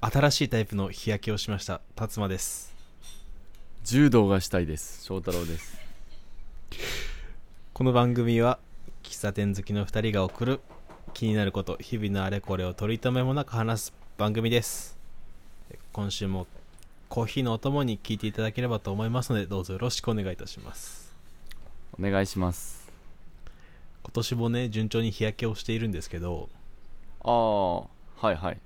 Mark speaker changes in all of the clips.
Speaker 1: 新しいタイプの日焼けをしました達馬です
Speaker 2: 柔道がしたいです翔太郎です
Speaker 1: この番組は喫茶店好きの2人が送る気になること日々のあれこれを取り留めもなく話す番組です今週もコーヒーのお供に聞いていただければと思いますのでどうぞよろしくお願いいたします
Speaker 2: お願いします
Speaker 1: 今年もね順調に日焼けをしているんですけど
Speaker 2: ああはいはい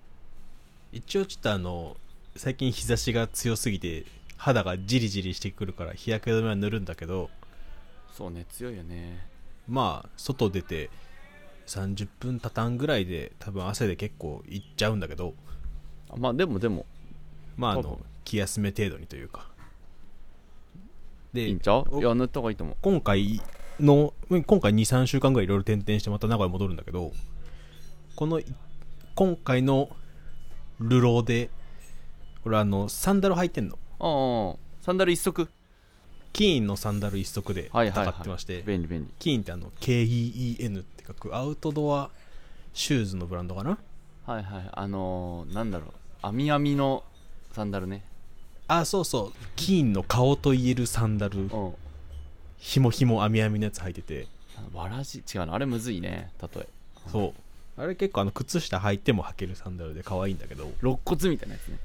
Speaker 1: 一応ちょっとあの最近日差しが強すぎて肌がジリジリしてくるから日焼け止めは塗るんだけど
Speaker 2: そうね強いよね
Speaker 1: まあ外出て30分たたんぐらいで多分汗で結構いっちゃうんだけど
Speaker 2: あまあでもでも
Speaker 1: まああ
Speaker 2: 多
Speaker 1: の
Speaker 2: 分
Speaker 1: 気休め程度にというか
Speaker 2: いいん
Speaker 1: で
Speaker 2: ちゃう
Speaker 1: お
Speaker 2: いや塗った方がいいと思う
Speaker 1: 今回の今回23週間ぐらいいろいろ転々してまた名古屋戻るんだけどこのい今回の流浪で俺あのサンダル履いてんの
Speaker 2: ああサンダル一足
Speaker 1: キーンのサンダル一足で
Speaker 2: はい
Speaker 1: 戦
Speaker 2: はい、
Speaker 1: ってまして、
Speaker 2: はい、便利便利
Speaker 1: キーンってあの KEEN って書くアウトドアシューズのブランドかな
Speaker 2: はいはいあのー、なんだろう網網のサンダルね
Speaker 1: あそうそうキーンの顔といえるサンダル
Speaker 2: うん
Speaker 1: ひもひも網網のやつ履いてて
Speaker 2: わらじ違うのあれむずいね例え
Speaker 1: そうあれ結構あの靴下履いても履けるサンダルで可愛いんだけど
Speaker 2: 肋骨みたいなやつね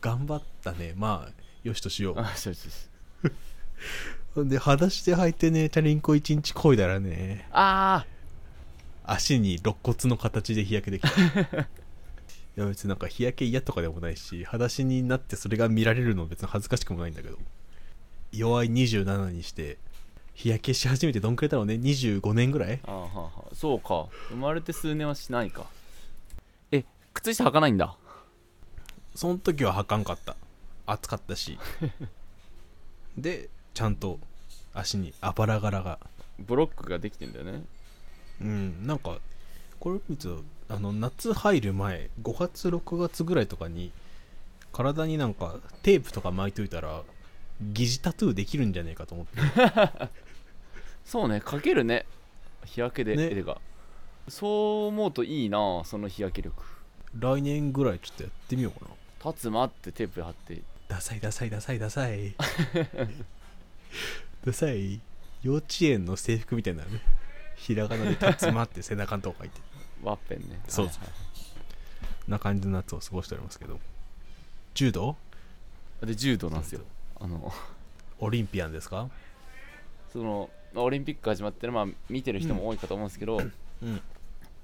Speaker 1: 頑張ったねまあよしとしよ
Speaker 2: あそうそうそう
Speaker 1: うで裸足で履いてねチャリンコ一日こいだらね
Speaker 2: あ
Speaker 1: 足に肋骨の形で日焼けできた いや別になんか日焼け嫌とかでもないし裸足になってそれが見られるの別に恥ずかしくもないんだけど弱い27にして日焼けし始めてどんくらいだろうね25年ぐらい
Speaker 2: ーあーはーはーそうか生まれて数年はしないかえ靴下履かないんだ
Speaker 1: その時は履かんかった暑かったし でちゃんと足にあばら柄が
Speaker 2: ブロックができてんだよね
Speaker 1: うんなんかこれ見てたあの夏入る前5月6月ぐらいとかに体になんかテープとか巻いといたら疑似タトゥーできるんじゃねえかと思って
Speaker 2: そうねかけるね日焼けで、
Speaker 1: ね
Speaker 2: 絵がそう思うといいなその日焼け力
Speaker 1: 来年ぐらいちょっとやってみようかな
Speaker 2: 立つまってテープ貼って
Speaker 1: ダサいダサいダサいダサい ダサい幼稚園の制服みたいなねひらがなで「たつま」って背中のとこ書いて
Speaker 2: ワッペンね
Speaker 1: そう
Speaker 2: はいは
Speaker 1: な感じの夏を過ごしておりますけど柔道
Speaker 2: いで柔道なんですよあの
Speaker 1: オリンピアンですか
Speaker 2: そのまあオリンピック始まってるまあ見てる人も多いかと思うんですけど、
Speaker 1: うん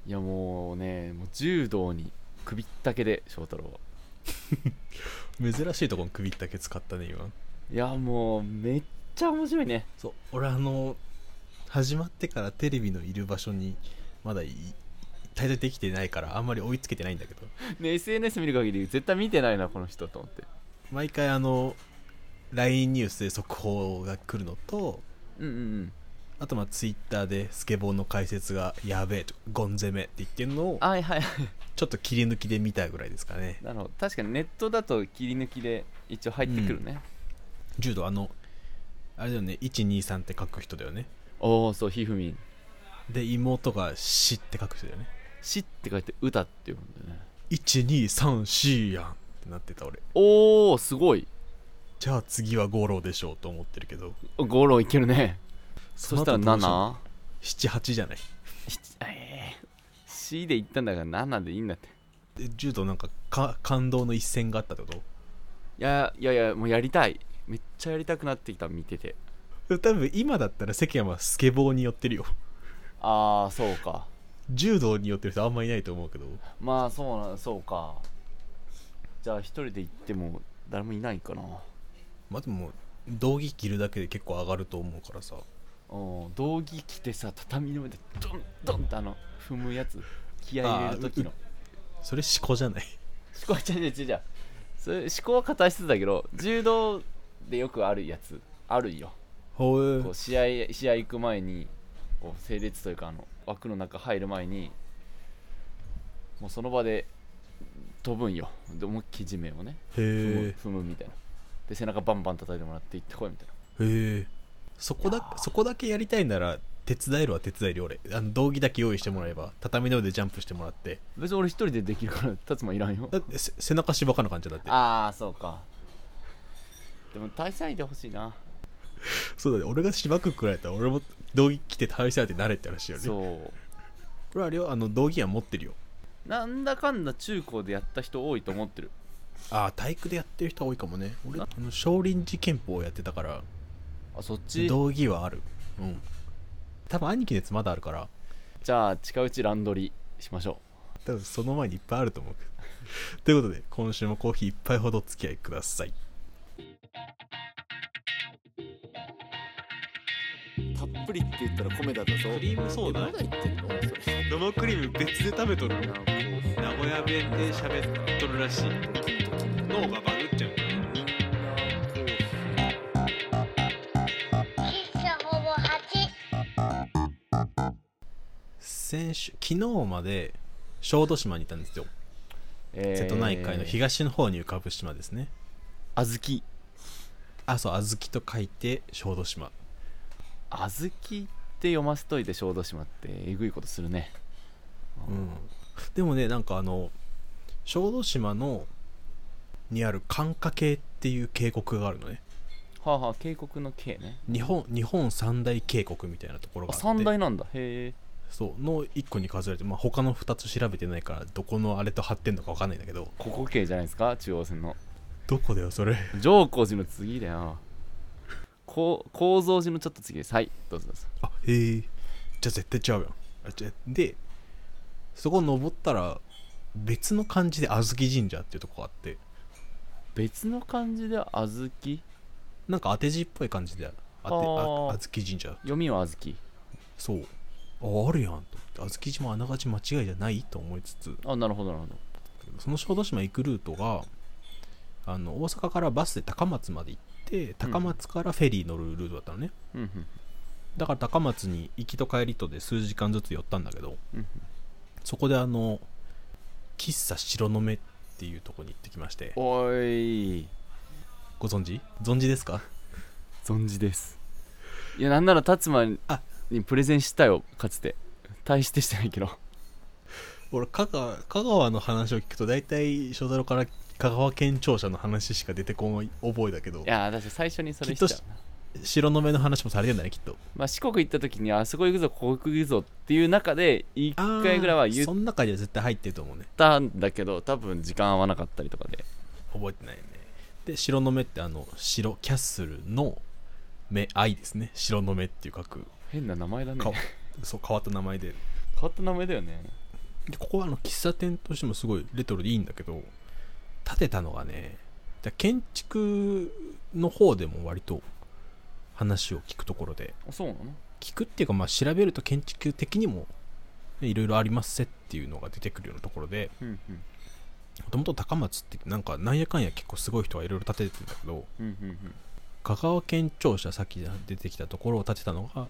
Speaker 2: いやもうねもう柔道に首ったけで翔太郎は
Speaker 1: 珍しいとこに首だけ使ったね今
Speaker 2: いやもうめっちゃ面白いね
Speaker 1: そう俺あの始まってからテレビのいる場所にまだい滞在できてないからあんまり追いつけてないんだけど
Speaker 2: ね SNS 見る限り絶対見てないなこの人と思って
Speaker 1: 毎回あの LINE ニュースで速報が来るのと
Speaker 2: うんうんうん
Speaker 1: あとまあ Twitter でスケボーの解説がやべえとかゴン攻めって言ってるのを
Speaker 2: はいはい
Speaker 1: ちょっと切り抜きで見たぐらいですかね
Speaker 2: なるほど確かにネットだと切り抜きで一応入ってくるね、
Speaker 1: 柔道あのあれだよね123って書く人だよね
Speaker 2: おおそうひふみん
Speaker 1: で妹が「し」って書く人だよね
Speaker 2: 「し」って書いて「歌」って読むんだよね
Speaker 1: 1234やんってなってた俺
Speaker 2: おおすごい
Speaker 1: じゃあ次は五郎でしょうと思ってるけど
Speaker 2: 五郎いけるねそ
Speaker 1: の
Speaker 2: した
Speaker 1: 後
Speaker 2: ら
Speaker 1: どうしよう
Speaker 2: 7?
Speaker 1: 78じゃない
Speaker 2: ええ C で行ったんだから7でいいんだって
Speaker 1: で柔道なんかか感動の一戦があったってこ
Speaker 2: いやいやいやもうやりたいめっちゃやりたくなってきた見てて
Speaker 1: と多分今だったら世間はスケボーに寄ってるよ
Speaker 2: ああそうか
Speaker 1: 柔道に寄ってる人あんまいないと思うけど
Speaker 2: まあそうなそうかじゃあ一人で行っても誰もいないかな
Speaker 1: まあでも道着着るだけで結構上がると思うからさ
Speaker 2: うん道着着てさ畳の上でドンドンってあの踏むやつ気合い入れる時の
Speaker 1: それしこじゃない
Speaker 2: 思考は違う違う違う違うそれ思考は片質だけど柔道でよくあるやつあるんよ
Speaker 1: ほえ
Speaker 2: こう試合試合行く前にこう整列というかあの枠の中入る前にもうその場で飛ぶんよで思いっきり地面をね踏む
Speaker 1: へ
Speaker 2: 踏むみたいなで背中バンバン叩いてもらって行ってこいみたいな
Speaker 1: えへえそこだそこだけやりたいなら手伝えるは手伝えるよ俺あの道着だけ用意してもらえば畳の上でジャンプしてもらって
Speaker 2: 別に俺一人でできるから立つもいらんよ
Speaker 1: だってせ背中しばかな感じだって
Speaker 2: ああそうかでも大差いでほしいな
Speaker 1: そうだね俺がしばくくらいだったら俺も道着着て対戦相手慣れって話よね
Speaker 2: そ
Speaker 1: これあれよあの道着は持ってるよ
Speaker 2: うなんだかんだ中高でやった人多いと思ってる
Speaker 1: ああ体育でやってる人多いかもね俺あの少林寺拳法をやってたから
Speaker 2: あそっち
Speaker 1: 道着はあるうん多分兄貴のやつまだあるから
Speaker 2: じゃあ近いうちランドリーしましょ
Speaker 1: 多分その前にいっぱいあると思うということで今週もコーヒー一杯ほどお付き合いくださいう
Speaker 3: たっぷりって言ったら米だったぞ
Speaker 1: リームソーダ
Speaker 3: まだ言ってんのそれ
Speaker 1: 生クリーム別で食べとる
Speaker 3: なんかこ
Speaker 1: 名古屋弁で喋っとるらしいう
Speaker 3: 聞いとくんだよ
Speaker 1: 脳がバグっちゃう
Speaker 4: 喫茶ほ ぼ8。
Speaker 1: 先週昨日まで小豆島にいたんですよ、
Speaker 2: う、えー、
Speaker 1: 瀬戸内海の東の方に浮かぶ島ですね
Speaker 2: 小
Speaker 1: あそう小豆と書いて小豆島
Speaker 2: 豆小豆って読ませといて小豆島ってえぐいことするね
Speaker 1: うんでもねなんかあの小豆島のにある寒霞渓っていう渓谷があるのね
Speaker 2: はあはあ渓谷の渓ね
Speaker 1: 日本日本三大渓谷みたいなところ
Speaker 2: あ
Speaker 1: があって
Speaker 2: 三大なんだへえ
Speaker 1: そうの1個に数えられて、まあ、他の2つ調べてないからどこのあれと貼ってんのか分かんないんだけど
Speaker 2: ここ渓じゃないですか中央線の
Speaker 1: どこだよそれ
Speaker 2: 上皇寺の次だよこう構造寺のちょっと次ですはいどうぞどうぞ
Speaker 1: あへえじゃあ絶対違うやんあじゃでそこ登ったら別の漢字で小豆神社っていうとこがあって
Speaker 2: 別の漢字では小豆
Speaker 1: なんか当て字っぽい感じであってあ
Speaker 2: あー
Speaker 1: 小豆神社
Speaker 2: 読みは小豆
Speaker 1: そうああるやんと思って小豆島あながち間違いじゃないと思いつつ
Speaker 2: あなるほどなるほど
Speaker 1: その小豆島行くルートがあの大阪からバスで高松まで行って高松からフェリー乗るルートだったのね、
Speaker 2: うんうん
Speaker 1: だから高松に行きと帰りとで数時間ずつ寄ったんだけど、
Speaker 2: うんうん
Speaker 1: そこであの喫茶白の目っていうとこに行ってきまして
Speaker 2: おい
Speaker 1: ご存知存じですか
Speaker 2: 存じですいやなんなら達馬
Speaker 1: あ
Speaker 2: にプレゼンしたよかつて大してしてないけ ど
Speaker 1: 俺香川香川の話を聞くと大体翔太郎から香川県庁舎の話しか出てこない覚えだけど
Speaker 2: いや確か最初にそれしたよ
Speaker 1: きっ
Speaker 2: な
Speaker 1: 白の目の話もされてんだねきっと
Speaker 2: まあ、四国行った時にあそこ行くぞここ行くぞっていう中で1回ぐらいは言っ
Speaker 1: その中には絶対入ってると思うね
Speaker 2: たんだけど多分時間合わなかったりとかで
Speaker 1: 覚えてないねで白の目ってあの白キャッスルの目愛ですね白の目っていう書く
Speaker 2: 変な名前だね
Speaker 1: かそう変わった名前で
Speaker 2: 変わった名前だよね
Speaker 1: でここはあの喫茶店としてもすごいレトロでいいんだけど建てたのがねだ建築の方でも割と話を聞くところで
Speaker 2: あそうなの
Speaker 1: 聞くっていうかまあ調べると建築的にもねいろいろありますせっていうのが出てくるようなところで
Speaker 2: うんうん
Speaker 1: もともと高松ってなんかなんやかんや結構すごい人がいろいろ建ててるんだけど
Speaker 2: うんうんうん
Speaker 1: 香川県庁舎さっき出てきたところを建てたのが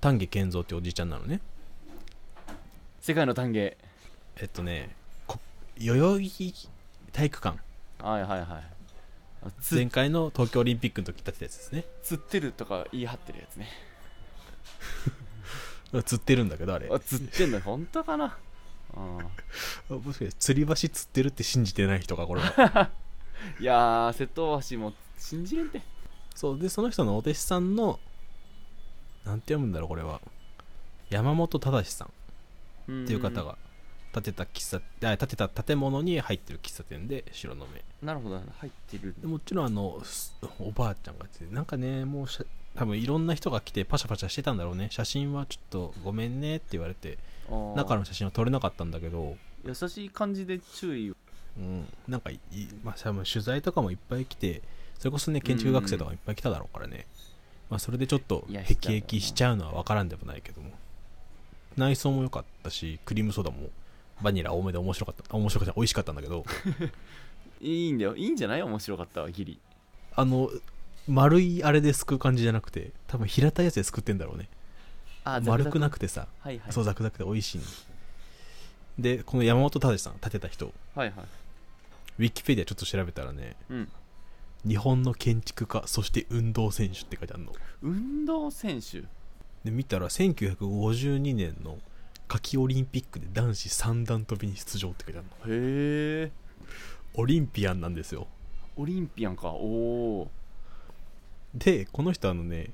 Speaker 1: 丹下健三っていうおじいちゃんなのね
Speaker 2: 世界の丹下
Speaker 1: えっとねこ代々木体育館
Speaker 2: はいはいはいあつ
Speaker 1: 前回の東京オリンピックの時建てたやつですね
Speaker 2: 釣ってるとか言い張ってるやつね
Speaker 1: 釣ってるんだけどあれ
Speaker 2: あ釣ってんの本当かなあ
Speaker 1: もしかして釣り橋釣ってるって信じてない人がこれは
Speaker 2: ーいやー瀬戸橋も信じれんて
Speaker 1: そうでその人のお弟子さんのなんて読むんだろうこれは山本忠さん
Speaker 2: っ
Speaker 1: っていう方が建てた喫茶あ建てた建物に入ってる喫茶店で白の目
Speaker 2: なるほど入ってる
Speaker 1: でもちろんあのすおばあちゃんが来てなんかねもうしゃ多分いろんな人が来てパシャパシャしてたんだろうね写真はちょっとごめんねって言われて
Speaker 2: あー
Speaker 1: 中の写真は撮れなかったんだけど
Speaker 2: 優しい感じで注意を
Speaker 1: うんなんかいいまあ多分取材とかもいっぱい来てそれこそね建築学生とかもいっぱい来ただろうからね、まあ、それでちょっと
Speaker 2: いや
Speaker 1: 辟易しちゃうのは分からんでもないけども内装も良かったしクリームソーダもバニラ多めで面白かったあ面白かった美味しかったんだけど
Speaker 2: いいんだよいいんじゃない面白かったわギリ
Speaker 1: あの丸いあれですくう感じじゃなくて多分平たいやつですくってんだろうね
Speaker 2: あ
Speaker 1: 丸くな
Speaker 2: く
Speaker 1: くてさ
Speaker 2: はいはい
Speaker 1: そうザクザクで美味しいのでこの山本忠さん建てた人
Speaker 2: はいはい
Speaker 1: ウィキペディアちょっと調べたらね
Speaker 2: うん
Speaker 1: 日本の建築家そして運動選手って書いてあるの
Speaker 2: 運動選手
Speaker 1: で見たら1952年の夏季オリンピックで男子三段跳びに出場って書いてあるの
Speaker 2: へえ
Speaker 1: オリンピアンなんですよ
Speaker 2: オリンピアンかおお
Speaker 1: でこの人あのね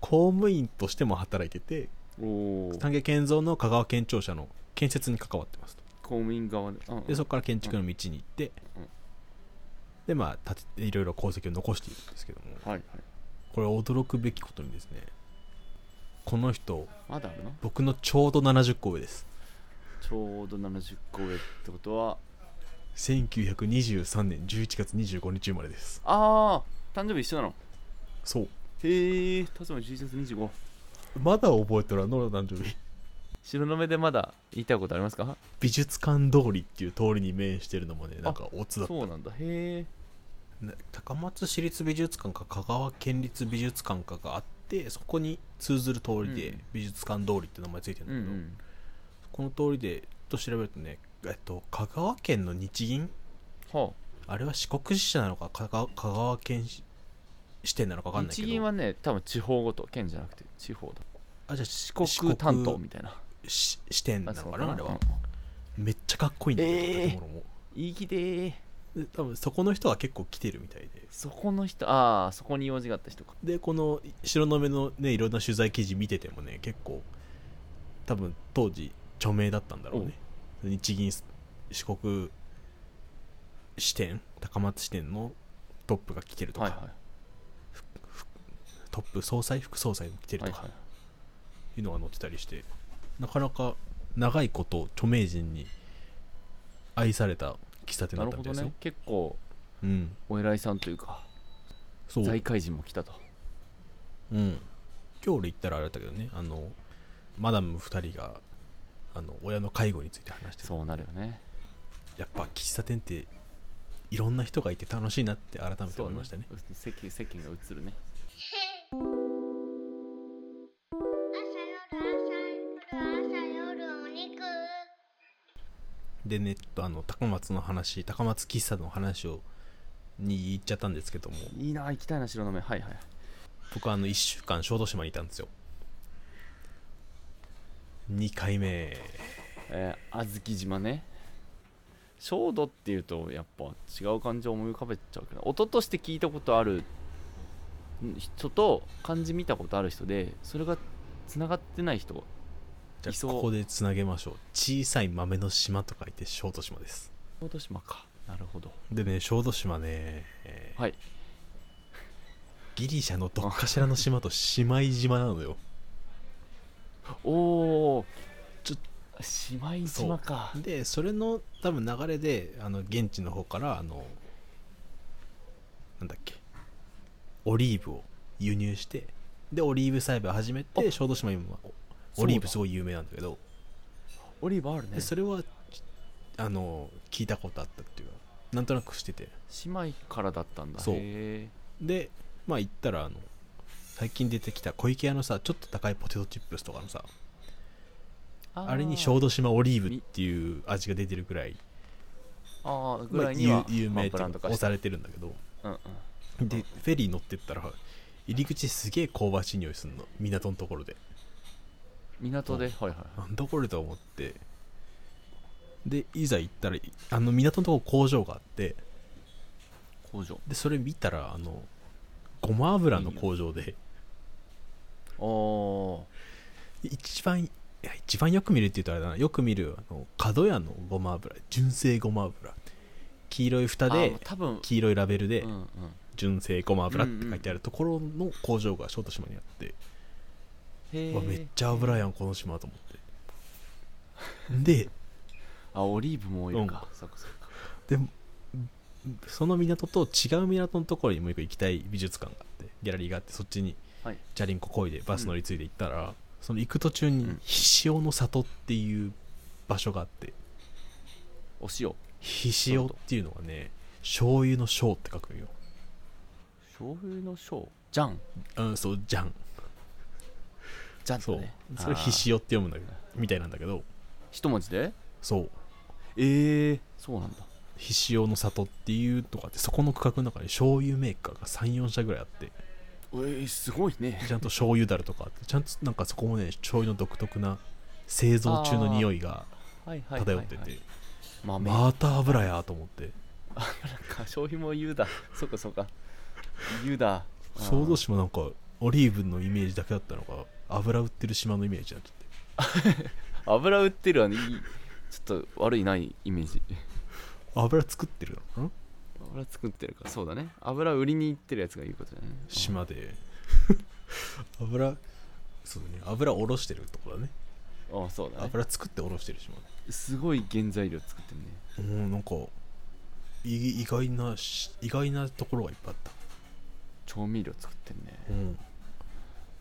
Speaker 1: 公務員としても働いてて
Speaker 2: おお
Speaker 1: 丹下健三の香川県庁舎の建設に関わってますと
Speaker 2: 公務員側でうん
Speaker 1: でそこから建築の道に行って、
Speaker 2: うん
Speaker 1: でまあ立ていろいろ功績を残しているんですけども
Speaker 2: はいはい
Speaker 1: これ驚くべきことにですねこの人
Speaker 2: まだあるな
Speaker 1: 僕のちょうど70個上です
Speaker 2: ちょうど70個上ってことは
Speaker 1: 1923年11月25日生まれです
Speaker 2: ああ誕生日一緒なの
Speaker 1: そう
Speaker 2: へえ辰馬11月25
Speaker 1: まだ覚えてるあの誕生日
Speaker 2: 白の目でまだ言いたいことありますか
Speaker 1: 美術館通りっていう通りに面してるのもねなんかオツだった
Speaker 2: そうなんだへえ
Speaker 1: ね高松市立美術館か香川県立美術館かがあってそこに通ずる通りで、
Speaker 2: うん
Speaker 1: 美術館通りって名前ついてるん
Speaker 2: う
Speaker 1: だ
Speaker 2: んう
Speaker 1: けど、
Speaker 2: ん
Speaker 1: この通りでと調べるとね、えっと、香川県の日銀
Speaker 2: は
Speaker 1: あれは四国支社なのか香川香川県支支店なのか分
Speaker 2: あ
Speaker 1: かんないけ
Speaker 2: 日
Speaker 1: ど
Speaker 2: 銀はね多分地方ごと県じゃなくて地方だ
Speaker 1: あじゃあ四
Speaker 2: 四国担当みたいな
Speaker 1: し支店なのかなあれ
Speaker 2: うん
Speaker 1: はめっちゃかっこいいんだけど、
Speaker 2: えー
Speaker 1: 建物も
Speaker 2: いいきでー
Speaker 1: で多分そこの人は結構来てるみたいで
Speaker 2: そこの人ああそこに用事があった人か
Speaker 1: でこの白の目のねいろんな取材記事見ててもね結構多分当時著名だったんだろうね日銀四国支店高松支店のトップが来てるとか、
Speaker 2: はいはい
Speaker 1: トップ総裁副総裁も来てる
Speaker 2: は
Speaker 1: と
Speaker 2: い
Speaker 1: か
Speaker 2: はい
Speaker 1: いうのが載ってたりして、なかなか長いこと著名人に愛された喫茶店
Speaker 2: な
Speaker 1: だった
Speaker 2: るほ
Speaker 1: みたい
Speaker 2: ど
Speaker 1: ですよ、
Speaker 2: ね結構
Speaker 1: うん
Speaker 2: お偉いさんというか
Speaker 1: そう
Speaker 2: 財界人も来たと
Speaker 1: うん、今日俺行ったらあれだったけどねあのマダム2人があの親の介護について話してる
Speaker 2: そうなるよね
Speaker 1: やっぱ喫茶店っていろんな人がいて楽しいなって改めて思いましたね
Speaker 2: そうね席席が映るね
Speaker 4: 朝夜朝夜朝夜お肉
Speaker 1: でねちょっとあの高松の話高松喫茶の話をに行っちゃったんですけども
Speaker 2: いいな行きたいな白の目はいはい
Speaker 1: 僕はあの1週間小豆島にいたんですよ2回目
Speaker 2: えー、小豆島ね小豆っていうとやっぱ違う漢字を思い浮かべちゃうけど音として聞いたことある人と漢字見たことある人でそれがつながってない人
Speaker 1: じゃあ
Speaker 2: いそう
Speaker 1: ここでつなげましょう小さい豆の島と書いて小豆島です
Speaker 2: 小豆島かなるほど
Speaker 1: でね小豆島ね、えー
Speaker 2: はい
Speaker 1: ギリシャのどっかしらの島と姉妹島なのよ
Speaker 2: おお
Speaker 1: ちょ
Speaker 2: 姉妹島か
Speaker 1: でそれの多分流れであの現地の方からあのなんだっけオリーブを輸入してでオリーブ栽培を始めて小豆島今
Speaker 2: そうだ
Speaker 1: オリーブすごい有名なんだけど
Speaker 2: オリーブあるね
Speaker 1: でそれはあの聞いたことあったっていうかなんとなくしてて
Speaker 2: 姉妹からだったんだ
Speaker 1: そう
Speaker 2: へえ
Speaker 1: でまあ行ったらあの最近出てきた小池屋のさちょっと高いポテトチップスとかのさ
Speaker 2: あー
Speaker 1: あれに小豆島オリーブっていう味が出てるくらい、
Speaker 2: あーぐ
Speaker 1: ま
Speaker 2: ら
Speaker 1: あ、
Speaker 2: いには、
Speaker 1: 有有
Speaker 2: まあ
Speaker 1: 名
Speaker 2: ブ
Speaker 1: と
Speaker 2: ランド化
Speaker 1: 押
Speaker 2: して
Speaker 1: されてるんだけど
Speaker 2: うんうん
Speaker 1: でフェリー乗ってったら入り口すげえ香ばしい匂いすんの港のところで
Speaker 2: 港ではいはいはい
Speaker 1: なんだこれと思ってでいざ行ったらあの港のとこ工場があって
Speaker 2: 工場
Speaker 1: でそれ見たらあのごま油の工場で
Speaker 2: おー
Speaker 1: 一番いや一番よく見るって言うとあれだなよく見るあの角屋のごま油純正ごま油黄色い蓋
Speaker 2: あ
Speaker 1: で
Speaker 2: ー多分
Speaker 1: 黄色いラベルで、
Speaker 2: うんうん、
Speaker 1: 純正ごま油って書いてあるところの工場が小豆島にあって、
Speaker 2: へ
Speaker 1: うわめっ
Speaker 2: え
Speaker 1: ちゃ油やんこの島と思ってで
Speaker 2: あオリーブも多いのか、
Speaker 1: う
Speaker 2: そっかそっか
Speaker 1: でその港と違う港のところにもう一個行きたい美術館があってギャラリーがあってそっちに
Speaker 2: はい
Speaker 1: チャリンコ漕いでバス乗り継いで行ったら、その行く途中
Speaker 2: う
Speaker 1: に
Speaker 2: ん
Speaker 1: ひしおの里っていう場所があって
Speaker 2: お塩
Speaker 1: ひしおっていうのがね醤油の醤って書くんよ
Speaker 2: 醤油の醤じゃん
Speaker 1: うんそうじゃん
Speaker 2: じゃんだ
Speaker 1: そう
Speaker 2: ね
Speaker 1: それひしおって読むんだけどみたいなんだけど
Speaker 2: あー一文字で
Speaker 1: そう
Speaker 2: ええー、そうなんだ
Speaker 1: ひしおの里っていうとかってそこの区画の中に醤油メーカーが34社ぐらいあって
Speaker 2: えー、すごいね
Speaker 1: ちゃんと醤油だるとかあってちゃんとなんかそこもね醤油の独特な製造中の匂いが
Speaker 2: はいはいはい、
Speaker 1: 漂
Speaker 2: は
Speaker 1: っ
Speaker 2: い
Speaker 1: てて、、
Speaker 2: 豆
Speaker 1: また油やと思って
Speaker 2: か消費も言うだそっかそっか言うだ
Speaker 1: 小豆島なんかオリーブのイメージだけだったのが油売ってる島のイメージになっちゃって
Speaker 2: あー油売ってるはねいいちょっと悪いないイメージ
Speaker 1: 油作ってるのかな
Speaker 2: 油作ってるからそうだね油売りに行ってるやつが言うことだね
Speaker 1: 島で 油そうだね油おろしてるとこだね
Speaker 2: ああそうだね
Speaker 1: 油作っておろしてる島
Speaker 2: すごい原材料作ってるね
Speaker 1: うんなんかい意外なし意外なところがいっぱいあった
Speaker 2: 調味料作ってるね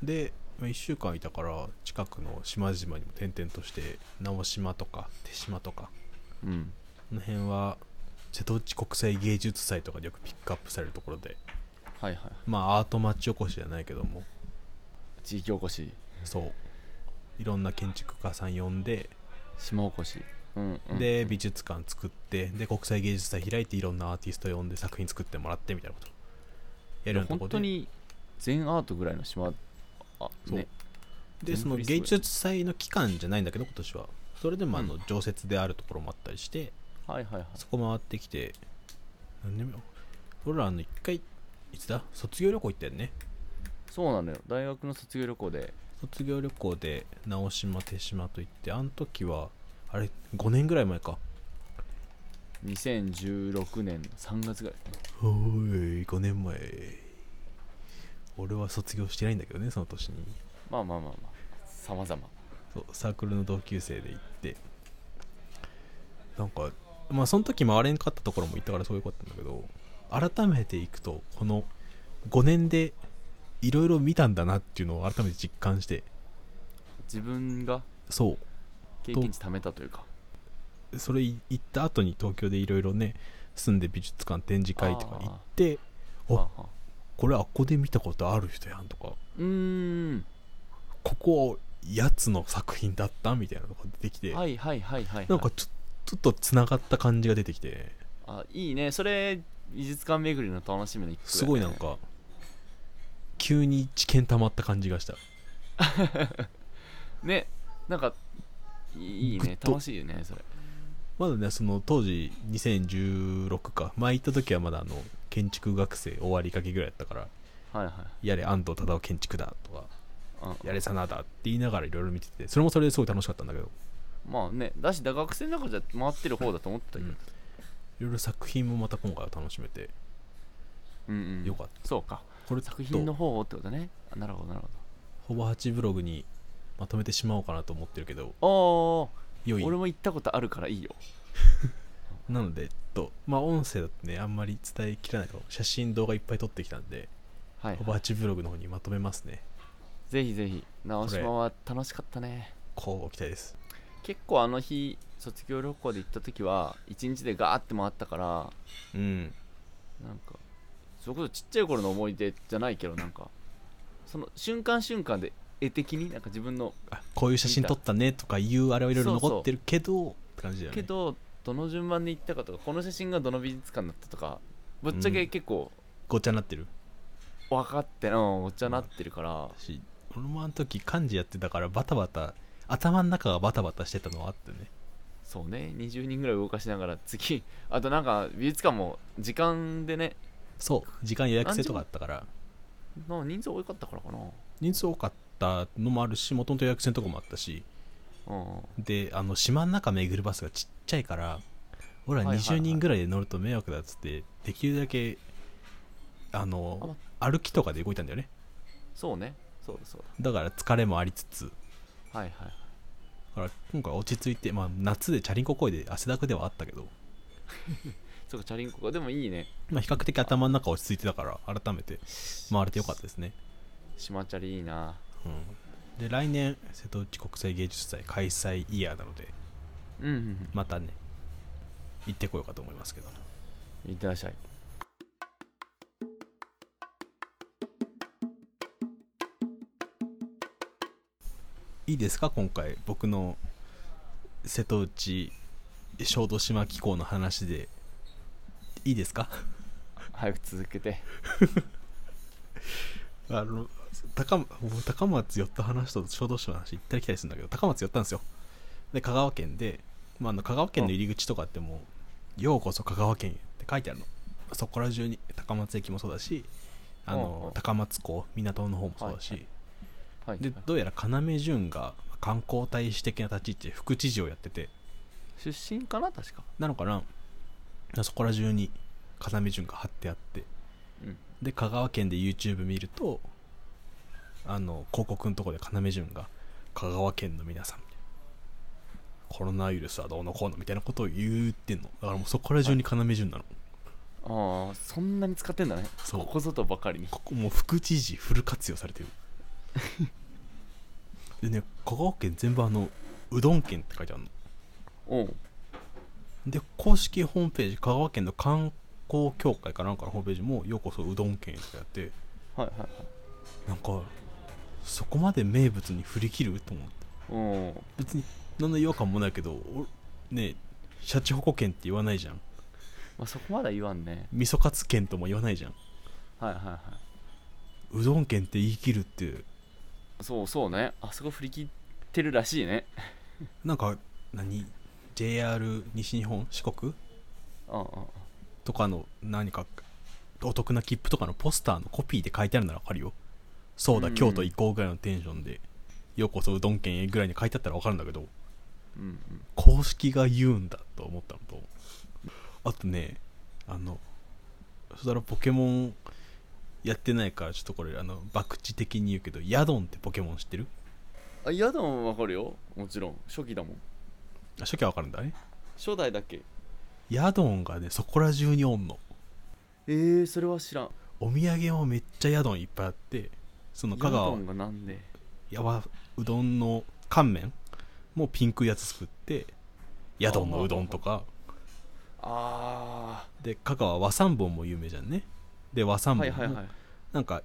Speaker 1: うん、で1週間いたから近くの島々にも転々として直島とか手島とか
Speaker 2: うん
Speaker 1: この辺は瀬戸内国際芸術祭とかでよくピックアップされるところで
Speaker 2: はいはい
Speaker 1: まあアート町おこしじゃないけども
Speaker 2: 地域おこし
Speaker 1: そういろんな建築家さん呼んで、
Speaker 2: 島おこしうん、うん、
Speaker 1: で美術館作ってで国際芸術祭開いていろんなアーティスト呼んで作品作ってもらってみたいなことやるようなとこ
Speaker 2: 本
Speaker 1: ろ
Speaker 2: 当
Speaker 1: で
Speaker 2: に全アートぐらいの島あ
Speaker 1: そう
Speaker 2: ね
Speaker 1: でその
Speaker 2: 全部リストで
Speaker 1: 芸術祭の期間じゃないんだけど今年はそれでもあの常設であるところもあったりして、
Speaker 2: はいはいはい
Speaker 1: そこ回ってきて何年目俺らあの一回いつだ卒業旅行行ったよね
Speaker 2: そうなのよ大学の卒業旅行で
Speaker 1: 卒業旅行で直島手島と行ってあの時はあれ5年ぐらい前か
Speaker 2: 2016年3月ぐらいですね
Speaker 1: おーい5年前俺は卒業してないんだけどねその年に
Speaker 2: まあまあまあまあさまざま
Speaker 1: そうサークルの同級生で行ってなんかまあその時回れんかったところも行ったからすごい良かったんだけど改めて行くとこの5年でいろいろ見たんだなっていうのを改めて実感して
Speaker 2: 自分が
Speaker 1: そ
Speaker 2: 経験値貯めたというか
Speaker 1: うそれい行った後に東京でいろいろね住んで美術館展示会とか行ってお
Speaker 2: はあはあ
Speaker 1: これあっこで見たことある人やんとか
Speaker 2: うーん
Speaker 1: ここやつの作品だったみたいなのが出てきて
Speaker 2: はいはいはいはい、はい、
Speaker 1: なんかちょちょっとつながった感じが出てきて
Speaker 2: あいいねそれ美術館巡りの楽しみの一個だね
Speaker 1: すごいなんか急に知見溜まった感じがした
Speaker 2: ねなんかいいい
Speaker 1: グッ
Speaker 2: ね
Speaker 1: と
Speaker 2: 楽しいよねそれ
Speaker 1: まだねその当時2016か前行った時はまだあの建築学生終わりかけぐらいだったから
Speaker 2: はいはい
Speaker 1: やれ安藤忠雄建築だとか
Speaker 2: あ
Speaker 1: やれさなだって言いながらいろいろ見ててそれもそれですごい楽しかったんだけど
Speaker 2: まあねだしだ学生の中じゃ回ってる方だと思ってたけど、
Speaker 1: いろいろ作品もまた今回は楽しめて
Speaker 2: うん、うん
Speaker 1: よかった、
Speaker 2: そうか
Speaker 1: これ
Speaker 2: 作品
Speaker 1: と
Speaker 2: の方をってことねあなるほどなる
Speaker 1: ほ
Speaker 2: ほ
Speaker 1: ぼ8ブログにまとめてしまおうかなと思ってるけど
Speaker 2: どお
Speaker 1: 良
Speaker 2: ー
Speaker 1: い
Speaker 2: 俺も行ったことあるからいいよ
Speaker 1: なので、えっと、まあ音声だとねあんまり伝えきらないかも写真動画いっぱい撮ってきたんで
Speaker 2: はい、
Speaker 1: ほぼ8ブログの方にまとめますね
Speaker 2: ぜひぜひ直
Speaker 1: これ
Speaker 2: 島は楽しかったね
Speaker 1: こう期待です
Speaker 2: 結構あの日卒業旅行で行った時は一日でガーって回ったから
Speaker 1: うん
Speaker 2: なんかそれこそちっちゃい頃の思い出じゃないけどなんかその瞬間瞬間で絵的になんか自分の
Speaker 1: あこういう写真撮ったねとかいうあれはいろいろ
Speaker 2: そうそう
Speaker 1: 残ってるけどって感じだよね
Speaker 2: けどどの順番で行ったかとかこの写真がどの美術館だったとかぶっちゃ
Speaker 1: う
Speaker 2: け
Speaker 1: ん
Speaker 2: 結構
Speaker 1: ごっちゃになってる
Speaker 2: 分かってうんお茶なってるから
Speaker 1: し俺もあの時漢字やってたからバタバタ頭の中がバタバタしてたのはあってね
Speaker 2: そうね20人ぐらい動かしながら次 あとなんか美術館も時間でね
Speaker 1: そう時間予約制とかあったから
Speaker 2: の人数多かったからかな
Speaker 1: 人数多かったのもあるしもともと予約制のとこもあったし
Speaker 2: うん
Speaker 1: であの島の中巡るバスがちっちゃいから俺ら
Speaker 2: はいはいは
Speaker 1: 20
Speaker 2: い
Speaker 1: 人ぐらいで乗ると迷惑だっつってできるだけあの歩きとかで動いたんだよね
Speaker 2: そうねそうだそう
Speaker 1: だから疲れもありつつ
Speaker 2: だはいはい
Speaker 1: だから今回落ち着いて、まあ、夏でチャリンコこいで汗だくではあったけど、
Speaker 2: そうかチャリンコがでもいいね
Speaker 1: まあ、比較的頭の中落ち着いてたから改めて回れてよかったですね、
Speaker 2: 島チャリいいな
Speaker 1: うん、で来年瀬戸内国際芸術祭開催イヤーなので
Speaker 2: うん、うんうん、
Speaker 1: またね行ってこようかと思いますけど
Speaker 2: いってらっしゃい
Speaker 1: いいですか今回僕の瀬戸内小豆島機構の話でいいですか
Speaker 2: 早く続けて
Speaker 1: あの高もう高松寄った話と小豆島の話行ったり来たりするんだけど高松寄ったんですよで香川県で、まあ、あの香川県の入り口とかってもう「ようこそ香川県へ」って書いてあるのそこら中に高松駅もそうだしあ
Speaker 2: うんう
Speaker 1: の
Speaker 2: ん
Speaker 1: 高松港港の方もそうだし、
Speaker 2: はいはい
Speaker 1: でどうやら要潤が観光大使的な立ち位置で副知事をやってて
Speaker 2: 出身かな確か
Speaker 1: なのかなそこら中に要潤が貼ってあって
Speaker 2: うん
Speaker 1: で香川県で YouTube 見るとあの広告のとこで要潤が「香川県の皆さん」みたいなコロナウイルスはどうのこうのみたいなことを言うってんのだからもうそこら中に要潤なの、
Speaker 2: ああそんなに使ってんだね
Speaker 1: そう
Speaker 2: ここぞとばかりに
Speaker 1: ここもう副知事フル活用され てるでね香川県全部あのうどん県って書いてあるの
Speaker 2: おう
Speaker 1: で公式ホームページ香川県の観光協会かなんかのホームページも「ようこそうどん県」ってやって
Speaker 2: はいはいはい
Speaker 1: なんかそこまで名物に振り切ると思って
Speaker 2: おう
Speaker 1: 別に何の違和感もないけどおねえシャチホコ県って言わないじゃん
Speaker 2: まあそこまでは言わんね
Speaker 1: 味噌カツ県とも言わないじゃん
Speaker 2: はいはいは
Speaker 1: うどん県って言い切るって
Speaker 2: いそうそうねあそこ振り切ってるらしいね
Speaker 1: なんか何 JR 西日本四国
Speaker 2: うんうんうん
Speaker 1: とかの何かお得な切符とかのポスターのコピーで書いてあるなら分かるよそうだ、
Speaker 2: うん
Speaker 1: 京都行こうぐらいのテンションでようこそうどん県へぐらいに書いてあったら分かるんだけど
Speaker 2: うんうん
Speaker 1: 公式が言うんだと思ったのとあとねあのそしたらポケモンやってないからちょっとこれあの博打的に言うけどヤドンってポケモン知ってる
Speaker 2: あヤドンわかるよもちろん初期だもん
Speaker 1: あ初期は分かるんだね
Speaker 2: 初代だっけ
Speaker 1: ヤドンがねそこら中におんの
Speaker 2: えー、それは知らん
Speaker 1: お土産もめっちゃヤドンいっぱいあってその
Speaker 2: ヤ
Speaker 1: 香
Speaker 2: ド
Speaker 1: 川
Speaker 2: ンがなんで
Speaker 1: やわうどんの乾麺もうピンクいやつ作ってヤドンのうどんとか
Speaker 2: あ
Speaker 1: で香川和三盆も有名じゃんねで和
Speaker 2: あ
Speaker 1: 三
Speaker 2: はい
Speaker 1: 盆
Speaker 2: はい
Speaker 1: も
Speaker 2: はい
Speaker 1: なんか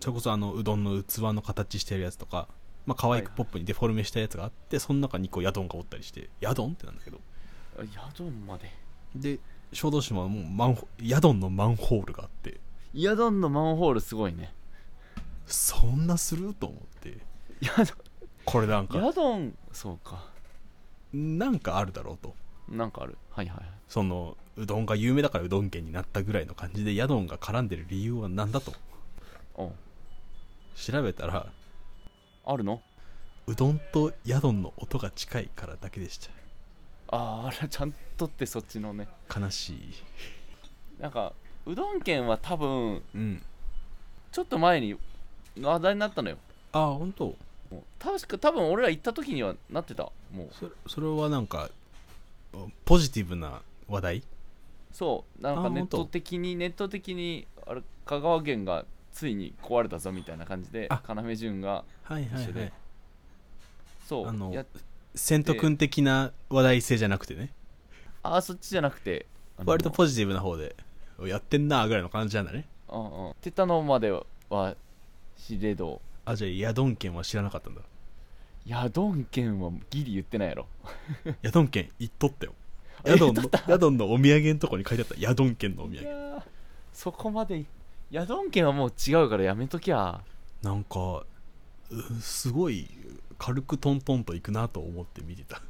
Speaker 1: それこそあのうどんの器の形してるやつとか、まあ可愛くポップにデフォルメしたやつがあってその中にこうヤドンがおったりしてヤドンってなんだけど
Speaker 2: あヤドンまで
Speaker 1: で小豆島はもうマンホヤドンのマンホールがあって
Speaker 2: ヤドンのマンホールすごいね
Speaker 1: そんなすると思って
Speaker 2: ヤ
Speaker 1: これなん
Speaker 2: ドン
Speaker 1: か
Speaker 2: ヤドンそうか
Speaker 1: なんかあるだろうと
Speaker 2: なんかあるはいはいはい
Speaker 1: そのうどんが有名だからうどん県になったぐらいの感じでヤドンが絡んでる理由は何だと
Speaker 2: おう
Speaker 1: 調べたら
Speaker 2: あるの
Speaker 1: うどんとヤドンの音が近いからだけでした
Speaker 2: あーあらちゃんとってそっちのね
Speaker 1: 悲しい
Speaker 2: なんかうどん県は多分
Speaker 1: うん
Speaker 2: ちょっと前に話題になったのよ
Speaker 1: ああ本当
Speaker 2: もう確か多分俺ら行った時にはなってたもう
Speaker 1: それそれはなんかポジティブな話題
Speaker 2: そうなん
Speaker 1: あ
Speaker 2: か
Speaker 1: ー
Speaker 2: ネッ
Speaker 1: ほんと
Speaker 2: ト的にネット的にあれ香川県がついに壊れたぞみたいな感じで
Speaker 1: あ
Speaker 2: 要潤が
Speaker 1: はい
Speaker 2: はいはいそう
Speaker 1: あの
Speaker 2: や
Speaker 1: セント君的な話題性じゃなくてね
Speaker 2: あーそっちじゃなくてあの
Speaker 1: 割とポジティブな方でやってんなーぐらいの感じなんだね
Speaker 2: うんうんってたのまでは知れど
Speaker 1: あじゃあヤドン県は知らなかったんだ
Speaker 2: ヤドン県はギリ言ってないやろ
Speaker 1: ヤドン県行っとったよ
Speaker 2: あ
Speaker 1: ヤドン
Speaker 2: 行
Speaker 1: のヤドンのお土産のとこに書いてあったヤドン県のお土
Speaker 2: い
Speaker 1: 産
Speaker 2: やーそこまでヤドン県はもう違うからやめときゃ
Speaker 1: なんかうんすごい軽くトントンと行くなと思って見てた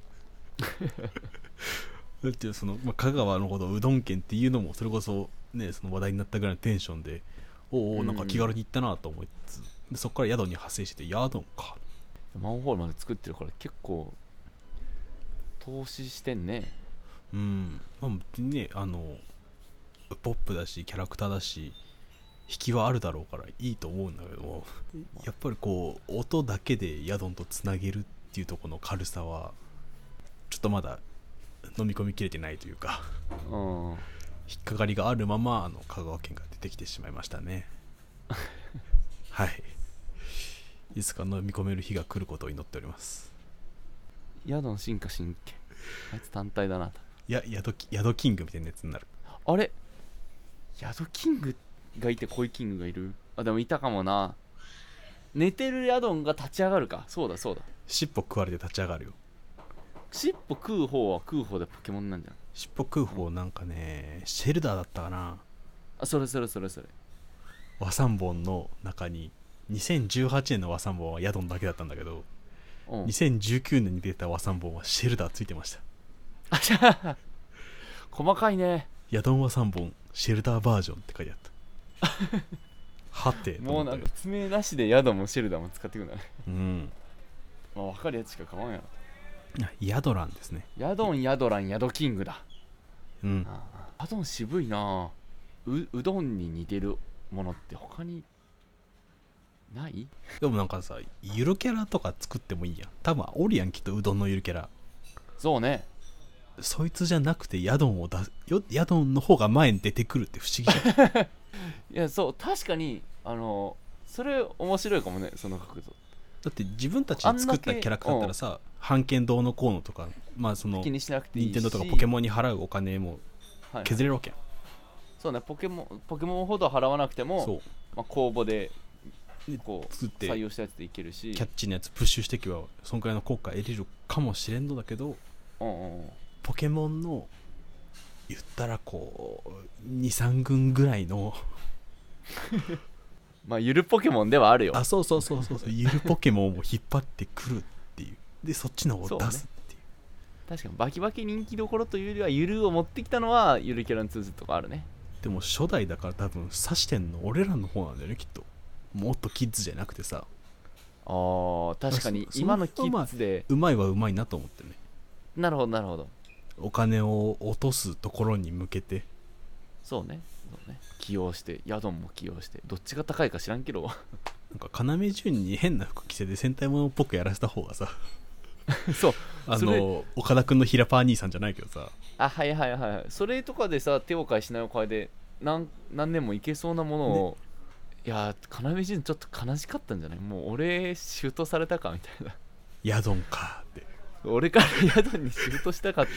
Speaker 1: だってその、まあ、香川のことをうどん県っていうのもそれこそねその話題になったぐらいのテンションでおうおうなんか気軽に行ったなと思いつつ、でそこから宿に派生してて宿か
Speaker 2: マンホールまで作ってるから結構投資してんね
Speaker 1: うんまあ別にねあのポップだしキャラクターだし引きはあるだろうからいいと思うんだけどもやっぱりこう音だけでヤドンとつなげるっていうところの軽さはちょっとまだ飲み込みきれてないというか
Speaker 2: うん
Speaker 1: 引っかかりがあるままあの香川県が出てきてしまいましたねはいいつか飲み込める日が来ることを祈っております
Speaker 2: ヤドン進化神経あいつ単体だなと
Speaker 1: いやヤドキヤドキングみたいなやつになる
Speaker 2: あれヤドキングがいて恋キングがいるあでもいたかもな寝てるヤドンが立ち上がるかそうだそうだ
Speaker 1: 尻尾食われて立ち上がるよ
Speaker 2: 尻尾食う方は食う方でポケモンなんじゃん
Speaker 1: 尻尾空砲なんかね、シェルダーだったかな
Speaker 2: あそれそれそれそれ
Speaker 1: 和三盆の中に2018年の和三盆はヤドンだけだったんだけど
Speaker 2: うん、
Speaker 1: 2019年に出た和三盆はシェルダーついてました
Speaker 2: あじゃあ細かいね
Speaker 1: ヤドン和三盆シェルダーバージョンって書いてあった はて
Speaker 2: もうなんか爪なしで宿もシェルダーも使ってくるんだね
Speaker 1: うん
Speaker 2: まあ分かるやつしか買わんやろ
Speaker 1: あヤドランですね
Speaker 2: ヤドンヤドランヤドキングだ
Speaker 1: うん
Speaker 2: ヤドン渋いなううどんに似てるものって他にない
Speaker 1: でもなんかさゆるキャラとか作ってもいいやん多分オリアンきっとうどんのゆるキャラ
Speaker 2: そうね
Speaker 1: そいつじゃなくてヤドンを出すよヤドンの方が前に出てくるって不思議じゃん
Speaker 2: いやそう確かにあのそれ面白いかもねその角度
Speaker 1: だって自分たちで作ったキャラクターだったらさ版権どうのこうのとかまあその
Speaker 2: 気にしなくていいし
Speaker 1: 任天堂とかポケ
Speaker 2: モ
Speaker 1: モンに払うお金も
Speaker 2: ン、はい
Speaker 1: 削れるわけやん、
Speaker 2: そうねポケモンポケモンほど払わなくても
Speaker 1: そう
Speaker 2: まあ、公募で
Speaker 1: で
Speaker 2: こう
Speaker 1: 作って
Speaker 2: 採用したやつでいけるし
Speaker 1: キャッチーなやつプッシュしていけばそんくらいの効果得れるかもしれんのだけど
Speaker 2: うんうんうん
Speaker 1: ポケモンの言ったらこう23軍ぐらいの
Speaker 2: まあゆるポケモンではあるよ
Speaker 1: あそうそうそうそうそうゆるポケモンを引っ張ってくるっていうでそっちの方を出すっていう
Speaker 2: 確かにバキバキ人気どころというよりはゆるを持ってきたのはゆるキャラの通ずとかあるね
Speaker 1: でも初代だから多分指してんの俺らの方なんだよねきっともっとキッズじゃなくてさ
Speaker 2: あー確かに
Speaker 1: そその
Speaker 2: 今のキッズで
Speaker 1: うまいはうまいなと思ってね
Speaker 2: なるほどなるほど
Speaker 1: お金を落とすところに向けて
Speaker 2: そうねそうね起用してヤドンも起用してどっちが高いか知らんけど
Speaker 1: なんか要潤に変な服着せて戦隊ものっぽくやらせた方がさ
Speaker 2: そう
Speaker 1: あ
Speaker 2: それ
Speaker 1: の岡田君の平パー兄さんじゃないけどさ
Speaker 2: あはいはいはいはいそれとかでさ手を変え品を変えで何何年もいけそうなものを、いやー要潤ちょっと悲しかったんじゃないもう俺シュートされたかみたいな
Speaker 1: ヤドンかって
Speaker 2: 俺からヤドンにシュートしたかって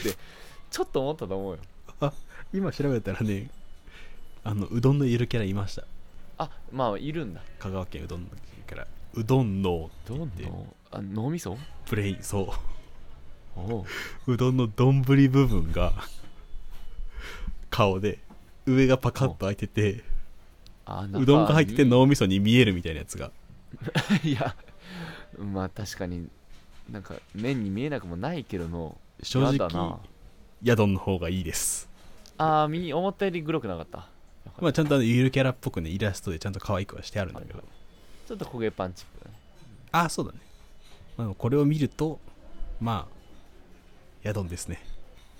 Speaker 2: ちょっと思ったと思うよ
Speaker 1: 今調べたらねあのうどんのゆるキャラいました
Speaker 2: あまあいるんだ
Speaker 1: 香川県うどんのゆるキャラうどんの
Speaker 2: どん
Speaker 1: て
Speaker 2: のあ脳みそ
Speaker 1: プレインそ
Speaker 2: おう
Speaker 1: ううどんの丼部分が顔で上がパカッと開いてて
Speaker 2: あ
Speaker 1: うどんが入ってて
Speaker 2: ん
Speaker 1: 脳みそに見えるみたいなやつが
Speaker 2: いや まあ確かになんか面に見えなくもないけどの
Speaker 1: 正
Speaker 2: やだな
Speaker 1: 直ヤドンの方がいいです
Speaker 2: あーみ思ったよりグロくなかった
Speaker 1: まあちゃんとあのゆるキャラっぽくねイラストでちゃんと可愛くはしてあるんだけど
Speaker 2: ちょっと焦げパンチップだね
Speaker 1: ああそうだね、まあ、これを見るとまあヤドンですね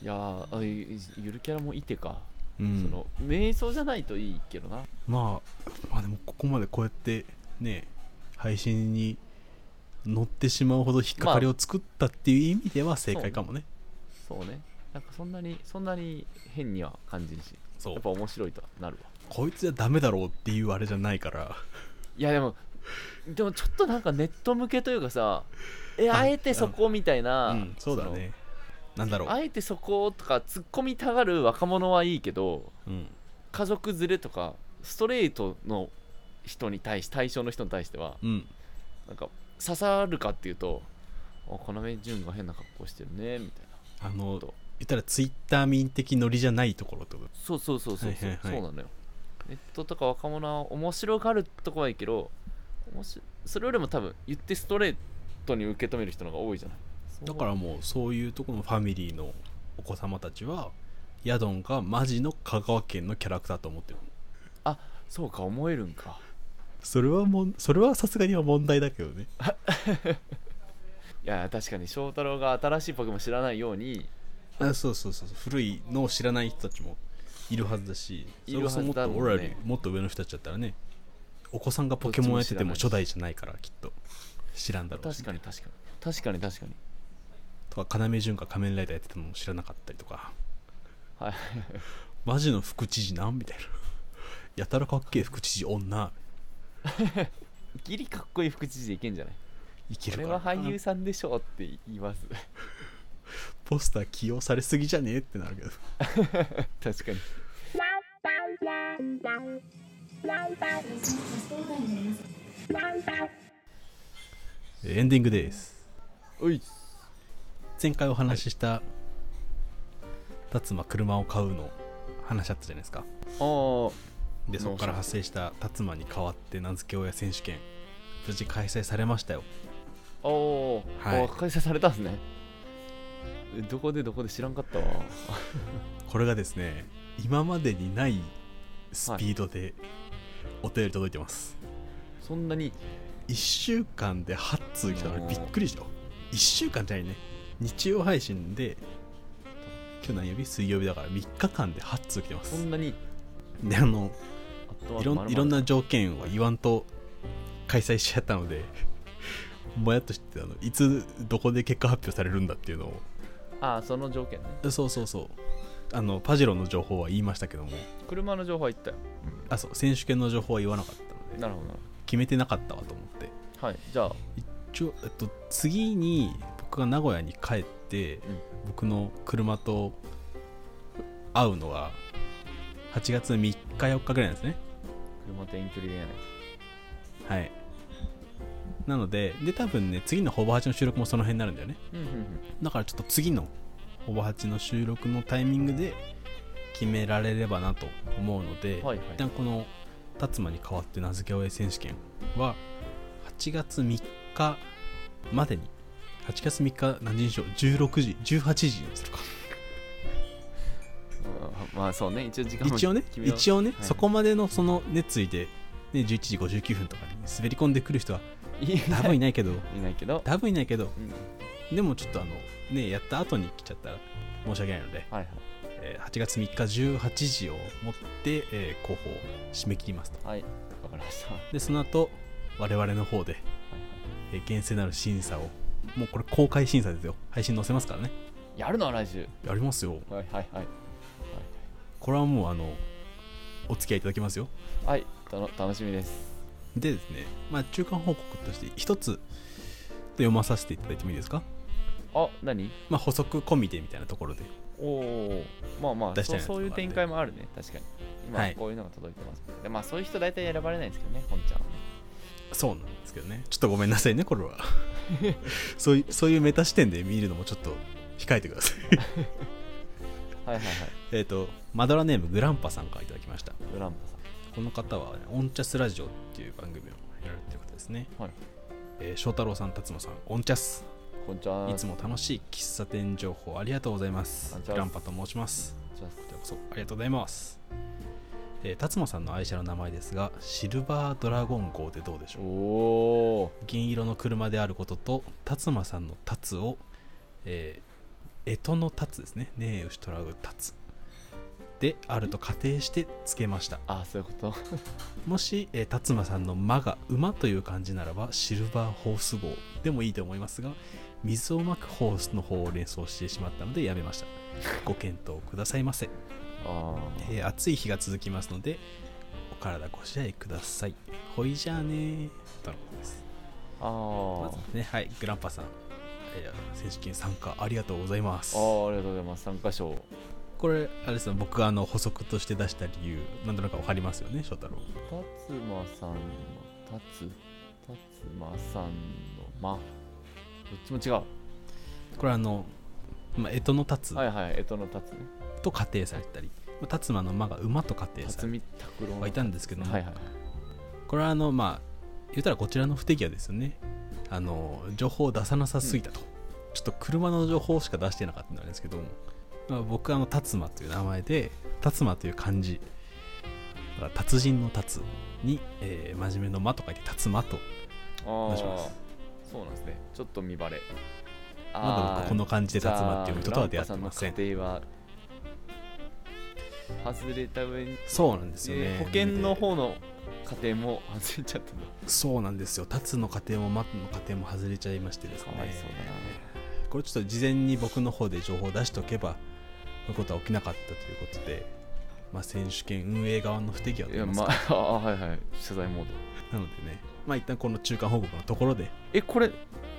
Speaker 2: いやーあゆゆるキャラもいてか、
Speaker 1: うん
Speaker 2: その瞑想じゃないといいけどな
Speaker 1: まあまあでもここまでこうやってね配信に乗ってしまうほど引っかかりを作ったっていう意味では正解かもね、
Speaker 2: そうねなんかそんなにそんなに変には感じるし
Speaker 1: そ
Speaker 2: やっ
Speaker 1: う
Speaker 2: ぱ面白いとなるわ
Speaker 1: こいつじゃダメだろうっていうあれじゃないから
Speaker 2: いやでもでもちょっとなんかネット向けというかさえあえてそこみたいな、
Speaker 1: うんそうだねなんだろ
Speaker 2: そのあえてそことか突っ込みたがる若者はいいけど
Speaker 1: う、うん、
Speaker 2: 家族連れとかストレートの人に対し対象の人に対しては
Speaker 1: うん、
Speaker 2: なんか刺さるかっていうと「あ要潤が変な格好してるね」みたいな
Speaker 1: あの言
Speaker 2: と
Speaker 1: ったらツイッター民的ノリじゃないところってこと
Speaker 2: そうそうそうそうそう、
Speaker 1: はいはいはい
Speaker 2: そうなのよネットとか若者は面白がるとこはいいけど面白それよりも多分言ってストレートに受け止める人の方が多いじゃない
Speaker 1: だからもうそういうところのファミリーのお子様たちはヤドンがマジの香川県のキャラクターと思ってる
Speaker 2: そうか思えるんか
Speaker 1: それはもうそれはさすがには問題だけどね
Speaker 2: いや確かに翔太郎が新しいポケモン知らないように
Speaker 1: あそうそうそうそう古いのを知らない人たちもいるはずだし
Speaker 2: いるはずだもんね
Speaker 1: それこそもっと俺らよりもっと上の人たちだったらねお子さんがポケモンやってても
Speaker 2: どっち
Speaker 1: 初
Speaker 2: も知らな
Speaker 1: 代じゃないからきっと知らんだろうし
Speaker 2: 確かに確かに確かに確かに
Speaker 1: とか要潤が仮面ライダーやってても知らなかったりとか
Speaker 2: はい
Speaker 1: マジの副知事なんみたいなやたらかっけえ副知事女
Speaker 2: ギリかっこいい副知事でいけんじゃない
Speaker 1: いけ
Speaker 2: こ
Speaker 1: る
Speaker 2: れ
Speaker 1: から
Speaker 2: は俳優さんでしょうって言います
Speaker 1: ポスター起用されすぎじゃねえってなるけど
Speaker 2: 確かに
Speaker 1: エンディングです
Speaker 2: おい
Speaker 1: 前回お話しした辰馬車を買うの話あったじゃないですか
Speaker 2: ああ
Speaker 1: でそこから
Speaker 2: そうそう
Speaker 1: 発生した辰馬に代わって名付け親選手権無事開催されましたよ
Speaker 2: おお、
Speaker 1: はい
Speaker 2: お開催されたんですねえどこでどこで知らんかったわ
Speaker 1: これがですね今までにないスピードでお便り届いてます、
Speaker 2: そんなに
Speaker 1: 1週間で8通来たのにびっくりした1週間じゃないね日曜配信で今日何曜日水曜日だから3日間で8通来てま
Speaker 2: そ
Speaker 1: す
Speaker 2: んなに
Speaker 1: であの
Speaker 2: あとはい
Speaker 1: ろんいろんな条件を言わんと開催しちゃったので もやっとしてたのいつどこで結果発表されるんだっていうのを
Speaker 2: ああその条件ね
Speaker 1: そうそうそうあのパジロの情報は言いましたけども
Speaker 2: 車の情報は言ったよ
Speaker 1: あそう選手権の情報は言わなかったので
Speaker 2: なるほどなる
Speaker 1: 決めてなかったわと思って
Speaker 2: ほどはいじゃあ
Speaker 1: 一応、えっと、次に僕が名古屋に帰って、
Speaker 2: ん
Speaker 1: 僕の車と会うのが8月3日4日ぐらいなんですね
Speaker 2: 車と遠距離恋愛
Speaker 1: はいなのでで多分ね次のほぼ8の収録もその辺になるんだよね
Speaker 2: うんうんうん
Speaker 1: だからちょっと次のほぼ8の収録のタイミングで決められればなと思うので、
Speaker 2: はいはい
Speaker 1: 一旦この辰馬に代わって名付け親選手権は8月3日までに8月3日何時にしよう16時18時にするか
Speaker 2: あまあそうね一応時間も
Speaker 1: 一応ね
Speaker 2: 決めよう
Speaker 1: 一応ね、
Speaker 2: はい
Speaker 1: そこまでのその熱意で、ね、11時59分とかに滑り込んでくる人はい多分いないけど
Speaker 2: いないけど、
Speaker 1: 多分いないけど
Speaker 2: うん、
Speaker 1: でもちょっとあのねやった後に来ちゃったら申し訳ないので
Speaker 2: はいはい
Speaker 1: えー8月3日18時をもって、えー広報を締め切りますと
Speaker 2: はいわかりましたはい
Speaker 1: でその後我々の方で、えー厳正なる審査をもうこれ公開審査ですよ配信載せますからね
Speaker 2: やるの来週
Speaker 1: やりますよ
Speaker 2: はいはいはい
Speaker 1: これはもうあのお付き合いいただきますよ
Speaker 2: はいたの楽しみです
Speaker 1: でですねまあ中間報告として一つ読まさせていただいてもいいですか
Speaker 2: あ何
Speaker 1: まあ補足込みでみたいなところで
Speaker 2: おおまあまあ
Speaker 1: 出した
Speaker 2: そ
Speaker 1: いうな
Speaker 2: そういう
Speaker 1: ところがあって
Speaker 2: 展開もあるね確かに
Speaker 1: は
Speaker 2: 今
Speaker 1: い
Speaker 2: こういうのが届いてます、でまあそういう人大体選ばれないんですけどね本ちゃんはね
Speaker 1: そうなんですけどねちょっとごめんなさいねこれは そういうそういうメタ視点で見るのもちょっと控えてください
Speaker 2: はいはいは
Speaker 1: えっ、と、マドラーネームグランパさんからいただきました。
Speaker 2: いグランパさん
Speaker 1: この方は、ね、オンチャスラジオっていう番組をやられてる方ですね。
Speaker 2: はい
Speaker 1: えー翔太郎さん、辰野さん、オンチャス。
Speaker 2: こんにちはい
Speaker 1: つも楽しい喫茶店情報ありがとうございます
Speaker 2: オン。チャス
Speaker 1: グランパと申します。
Speaker 2: こんにちは
Speaker 1: こちらこそありがとうございます。えー、辰野さんの愛車の名前ですが、シルバードラゴン号でどうでしょう
Speaker 2: おお
Speaker 1: 銀色の車であることと、辰馬さんの辰を、えー、干支の辰ですね。ねえ、牛とらう辰。で、あると仮定して付けました。
Speaker 2: あそういう こと
Speaker 1: もし、えー、辰馬さんの馬が馬という漢字ならば、シルバーホース号でもいいと思いますが、水をまくホースの方を連想してしまったのでやめました。ご検討くださいませ。
Speaker 2: あー
Speaker 1: えー暑い日が続きますので、お体ご自愛ください。ほいじゃあねー。とのことです。
Speaker 2: あ
Speaker 1: ま
Speaker 2: ー
Speaker 1: ずね、はい、グランパさん、えー選手権参加ありがとうございます
Speaker 2: あ。ーありがとうございます参加賞
Speaker 1: これ、あれですよ僕があの補足として出した理由、なんとなくわかりますよね、翔太郎。
Speaker 2: 辰馬さんの辰辰馬さんの間どっちも違
Speaker 1: これ、あの、まあ、干支の立つ
Speaker 2: うはいはい干支の辰ね
Speaker 1: と仮定されたりまあ辰馬の馬が馬と仮定さ
Speaker 2: 辰
Speaker 1: れ
Speaker 2: 巳拓郎の
Speaker 1: てはいたんですけども、
Speaker 2: はいはい
Speaker 1: これはあのまあ言ったらこちらの不手際ですよねあの情報を出さなさすぎたと、ちょっと車の情報しか出してなかったんですけども、まあ、僕はあの辰馬という名前で辰馬という漢字だから達人の達に、えー真面目の間と書いて辰馬と
Speaker 2: あ
Speaker 1: お願
Speaker 2: あ
Speaker 1: いします
Speaker 2: そうなんですねちょっと見バレ
Speaker 1: まだ僕この漢字で
Speaker 2: じ
Speaker 1: 辰馬
Speaker 2: ゃあ
Speaker 1: っていう人とは出会ってません
Speaker 2: グランパさんの家庭は外れた上に、
Speaker 1: そうなんですよね、
Speaker 2: えー保険の方の家庭も外れちゃったんだ
Speaker 1: そうなんですよ達の家庭もマの家庭も外れちゃいましてです
Speaker 2: か
Speaker 1: ね
Speaker 2: わいそうだな、
Speaker 1: これちょっと事前に僕の方で情報を出しておけばこういうことは起きなかったということで、まあ、選手権運営側の不手際と
Speaker 2: い
Speaker 1: 言い
Speaker 2: や
Speaker 1: ます
Speaker 2: ま
Speaker 1: か、
Speaker 2: ああはいはい謝罪モード
Speaker 1: なのでねまあ一旦この中間報告のところで
Speaker 2: えこれ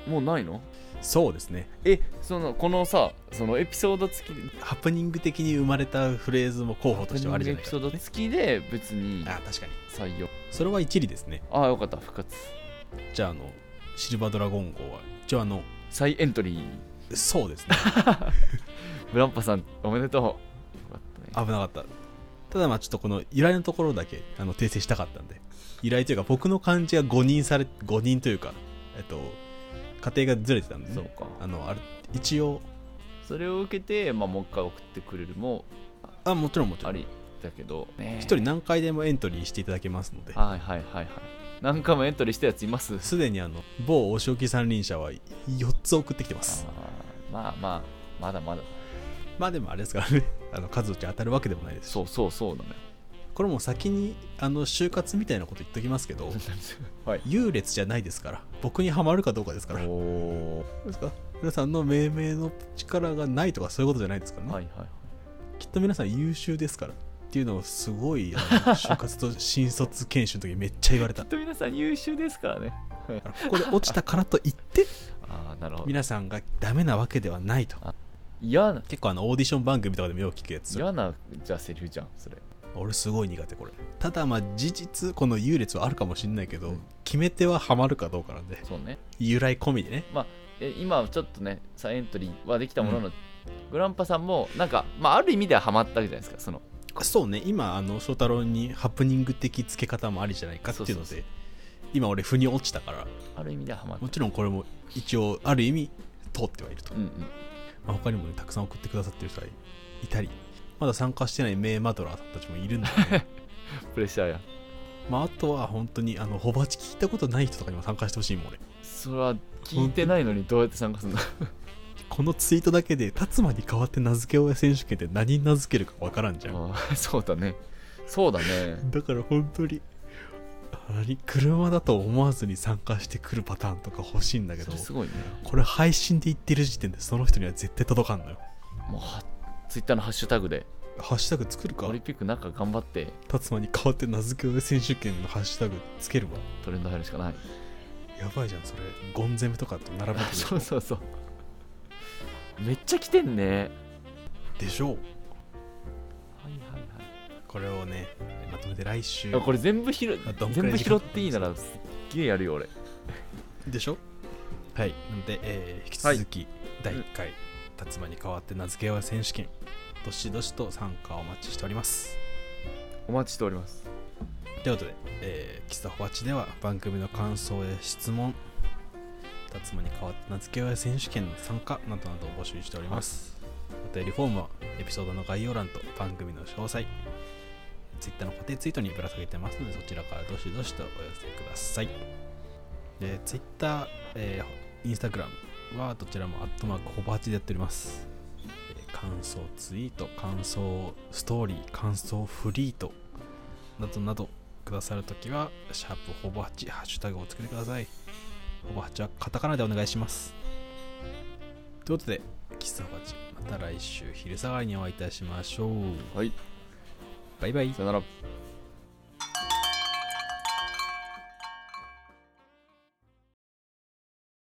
Speaker 2: もうないの
Speaker 1: そうですね
Speaker 2: えそのこのさそのエピソード付きで
Speaker 1: ハプニング的に生まれたフレーズも候補としてはあるじゃ
Speaker 2: エ
Speaker 1: ない
Speaker 2: ピ
Speaker 1: か
Speaker 2: ソー
Speaker 1: と、
Speaker 2: ド
Speaker 1: ね、
Speaker 2: 付きで別に
Speaker 1: あ確かに
Speaker 2: 採用
Speaker 1: それは一理ですね
Speaker 2: ああよかった復活
Speaker 1: じゃああのシルバードラゴン号は一応あの
Speaker 2: 再エントリー
Speaker 1: そうですね
Speaker 2: ブランパさんおめでとうよかったね
Speaker 1: 危なかったただまあちょっとこの依頼のところだけあの訂正したかったんで依頼というか僕の漢字が誤認され誤認というかえっと家庭がずれてたんで、
Speaker 5: そう
Speaker 1: ね、
Speaker 5: か
Speaker 1: あのあれ一応
Speaker 2: それを受けて、まあ、もう一回送ってくれるも
Speaker 1: あもちろんもちろ
Speaker 2: あ
Speaker 1: ん一
Speaker 2: りだけど、ね
Speaker 1: 人何回でもエントリーしていただけますので
Speaker 2: はいはいはいはい何回もエントリーしたやついます
Speaker 1: すでにあの某お仕置き三輪車は4つ送ってきてます
Speaker 2: あーまあまあまだまだ
Speaker 1: まあでもあれですからね あの数打ち当たるわけでもないですし
Speaker 2: そうそうそうなのよ
Speaker 1: これもう先にあの就活みたいなこと言っときますけど
Speaker 2: はい
Speaker 1: 優劣じゃないですから僕にはまるかどうかですからど
Speaker 2: お
Speaker 1: うですか皆さんの命名の力がないとかそういうことじゃないですからね、
Speaker 2: はいはいはい
Speaker 1: きっと皆さん優秀ですからっていうのをすごいあの就活と新卒研修の時めっちゃ言われた
Speaker 2: きっと皆さん優秀ですからね
Speaker 1: だからここで落ちたからといって
Speaker 2: ああなるほど
Speaker 1: 皆さんがダメなわけではないと
Speaker 2: 嫌な
Speaker 1: 結構あのオーディション番組とかでもよく聞くやつ
Speaker 2: 嫌なじゃあセリフじゃんそれ
Speaker 1: 俺すごい苦手これただまあ事実この優劣はあるかもしんないけど、決め手はハマるかどうかなんで
Speaker 2: そうね
Speaker 1: 由来込みでね
Speaker 2: え今ちょっとね再エントリーはできたものの、グランパさんもなんか、まあ、ある意味ではハマったわけじゃないですかその
Speaker 1: そうね今あの翔太郎にハプニング的付け方もありじゃないかっていうので
Speaker 2: そうそうそ
Speaker 1: 今俺腑に落ちたから
Speaker 2: ある意味ではハマった
Speaker 1: もちろんこれも一応ある意味通ってはいると、
Speaker 2: うんうん
Speaker 1: まあ、他にもねたくさん送ってくださってる人がいたりまだ参加してない名マドラーたちもいるん だね
Speaker 2: プレッシャーや
Speaker 1: まああとは本当にあのホバチ聞いたことない人とかにも参加してほしいもん俺
Speaker 2: それは聞いてないのにどうやって参加するんだ
Speaker 1: このツイートだけで達馬に代わって名付け親選手権って何に名付けるかわからんじゃん
Speaker 2: あー そうだねそうだね
Speaker 1: だから本当に何車だと思わずに参加してくるパターンとか欲しいんだけ
Speaker 2: そ
Speaker 1: ど
Speaker 2: れすごいね
Speaker 1: これ配信で言ってる時点でその人には絶対届かんのよ
Speaker 2: もうはツイッターのハッシュタグで
Speaker 1: ハッシュタグ作るか
Speaker 2: オリンピックなんか頑張って
Speaker 1: 達馬に代わって名付け親選手権のハッシュタグつけるわ
Speaker 2: トレンド入るしかない
Speaker 1: やばいじゃんそれゴン攻めとかと並べてる
Speaker 2: そうそうそうめっちゃ来てんね
Speaker 1: でしょう
Speaker 2: はいはい
Speaker 1: これをねまとめて来週
Speaker 2: はいあこれ全部拾
Speaker 1: あどんくら
Speaker 2: 全
Speaker 1: い
Speaker 2: 部
Speaker 1: 時間
Speaker 2: 拾っていいならすっげえやるよ俺
Speaker 1: でしょはいなので、えー引き続き、第1回達馬に代わって名付け親選手権どしどしと参加をお待ちしております
Speaker 2: お待ちしております
Speaker 1: ということで、えー、喫茶ホバチでは番組の感想や質問、辰馬に代わって名付け親選手権の参加などなどを募集しております。お便りフォームはエピソードの概要欄と番組の詳細、Twitter の固定ツイートにぶら下げてますので、そちらからどしどしとお寄せください。で Twitter、えー、Instagram はどちらもアットマークホバチでやっております。えー感想ツイート、感想ストーリー、感想フリートなどなどくださるときは、シャープほぼ8、ハッシュタグをつけてください。ほぼ8はカタカナでお願いします。ということで、キスほぼ8、また来週昼下がりにお会いいたしましょう。
Speaker 2: はい
Speaker 1: バイバイ。
Speaker 2: さよなら